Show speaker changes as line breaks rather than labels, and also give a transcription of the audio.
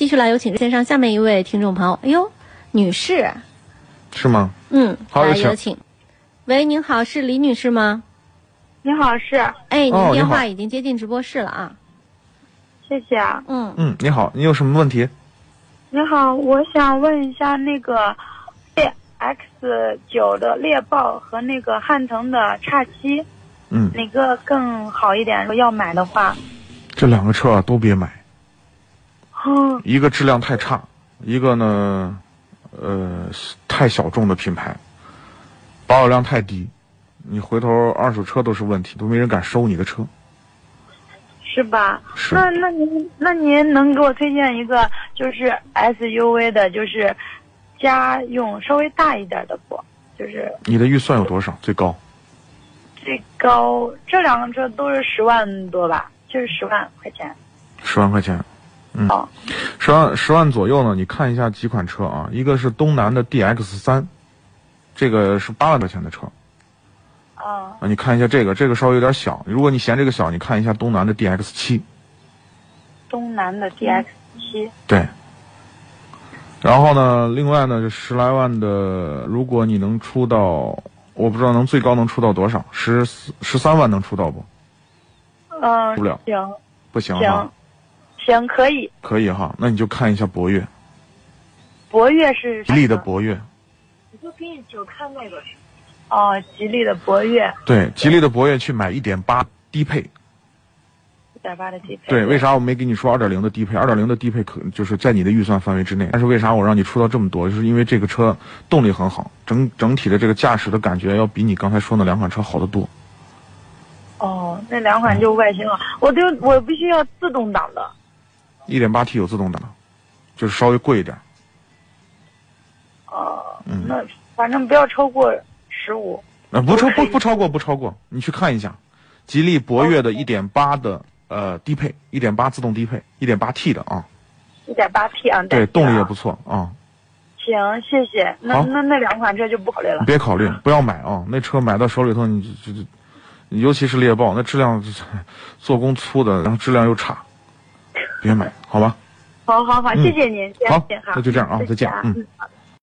继续来有请线上下面一位听众朋友，哎呦，女士，
是吗？
嗯，
好
来
有请
有请。喂，您好，是李女士吗？
你好，是，
哎，您
哦
的
您
电
好
话已经接进直播室了啊。
谢谢啊。
嗯，
嗯，你好，你有什么问题？
你好，我想问一下那个 X 九的猎豹和那个汉腾的叉七，
嗯，
哪个更好一点？如果要买的话，
这两个车啊都别买，
嗯
一个质量太差，一个呢，呃，太小众的品牌，保有量太低，你回头二手车都是问题，都没人敢收你的车。
是吧？
是
那那您那您能给我推荐一个就是 SUV 的，就是家用稍微大一点的不？就是
你的预算有多少？最高？
最高这两个车都是十万多吧，就是十万块钱。
十万块钱。嗯
好，
十万十万左右呢？你看一下几款车啊，一个是东南的 DX 三，这个是八万块钱的车
嗯
啊，你看一下这个，这个稍微有点小。如果你嫌这个小，你看一下东南的 DX 七。
东南的 DX 七。
对。然后呢，另外呢，就十来万的，如果你能出到，我不知道能最高能出到多少，十十三万能出到不？
嗯，
不了
行
不行
行
啊哈，
行，可以。
可以哈，那你就看一下博越，
博越是
吉利的博越，
哦，吉利的博越
对，吉利的博越去买一点八低配，
一点八的低配。
对，为啥我没给你说二点零的低配？二点零的低配可就是在你的预算范围之内，但是为啥我让你出到这么多？就是因为这个车动力很好，整整体的这个驾驶的感觉要比你刚才说那两款车好得多。
哦，那两款就外形了，我就我必须要自动挡的。
一点八 T 有自动挡，就是稍微贵一点。
哦，
嗯
那反正不要超过十五。
呃，不超不
OK
不超过不超过，你去看一下，吉利博越的一点八的呃低配，一点八自动低配，一点八 T 的啊，
一点八 T 啊，
对，动力也不
错。
错啊，
行，谢谢。那
好
那那两款车就不考虑
你
了。
别考虑，不要买啊，那车买到手里头你就就就，尤其是猎豹，那质量 做工粗的，然后质量又差，别买，好吧？
好好好，
嗯
谢谢您，谢
好
谢，哈
嗯那就这样啊，再见，
啊
嗯。
嗯，好的。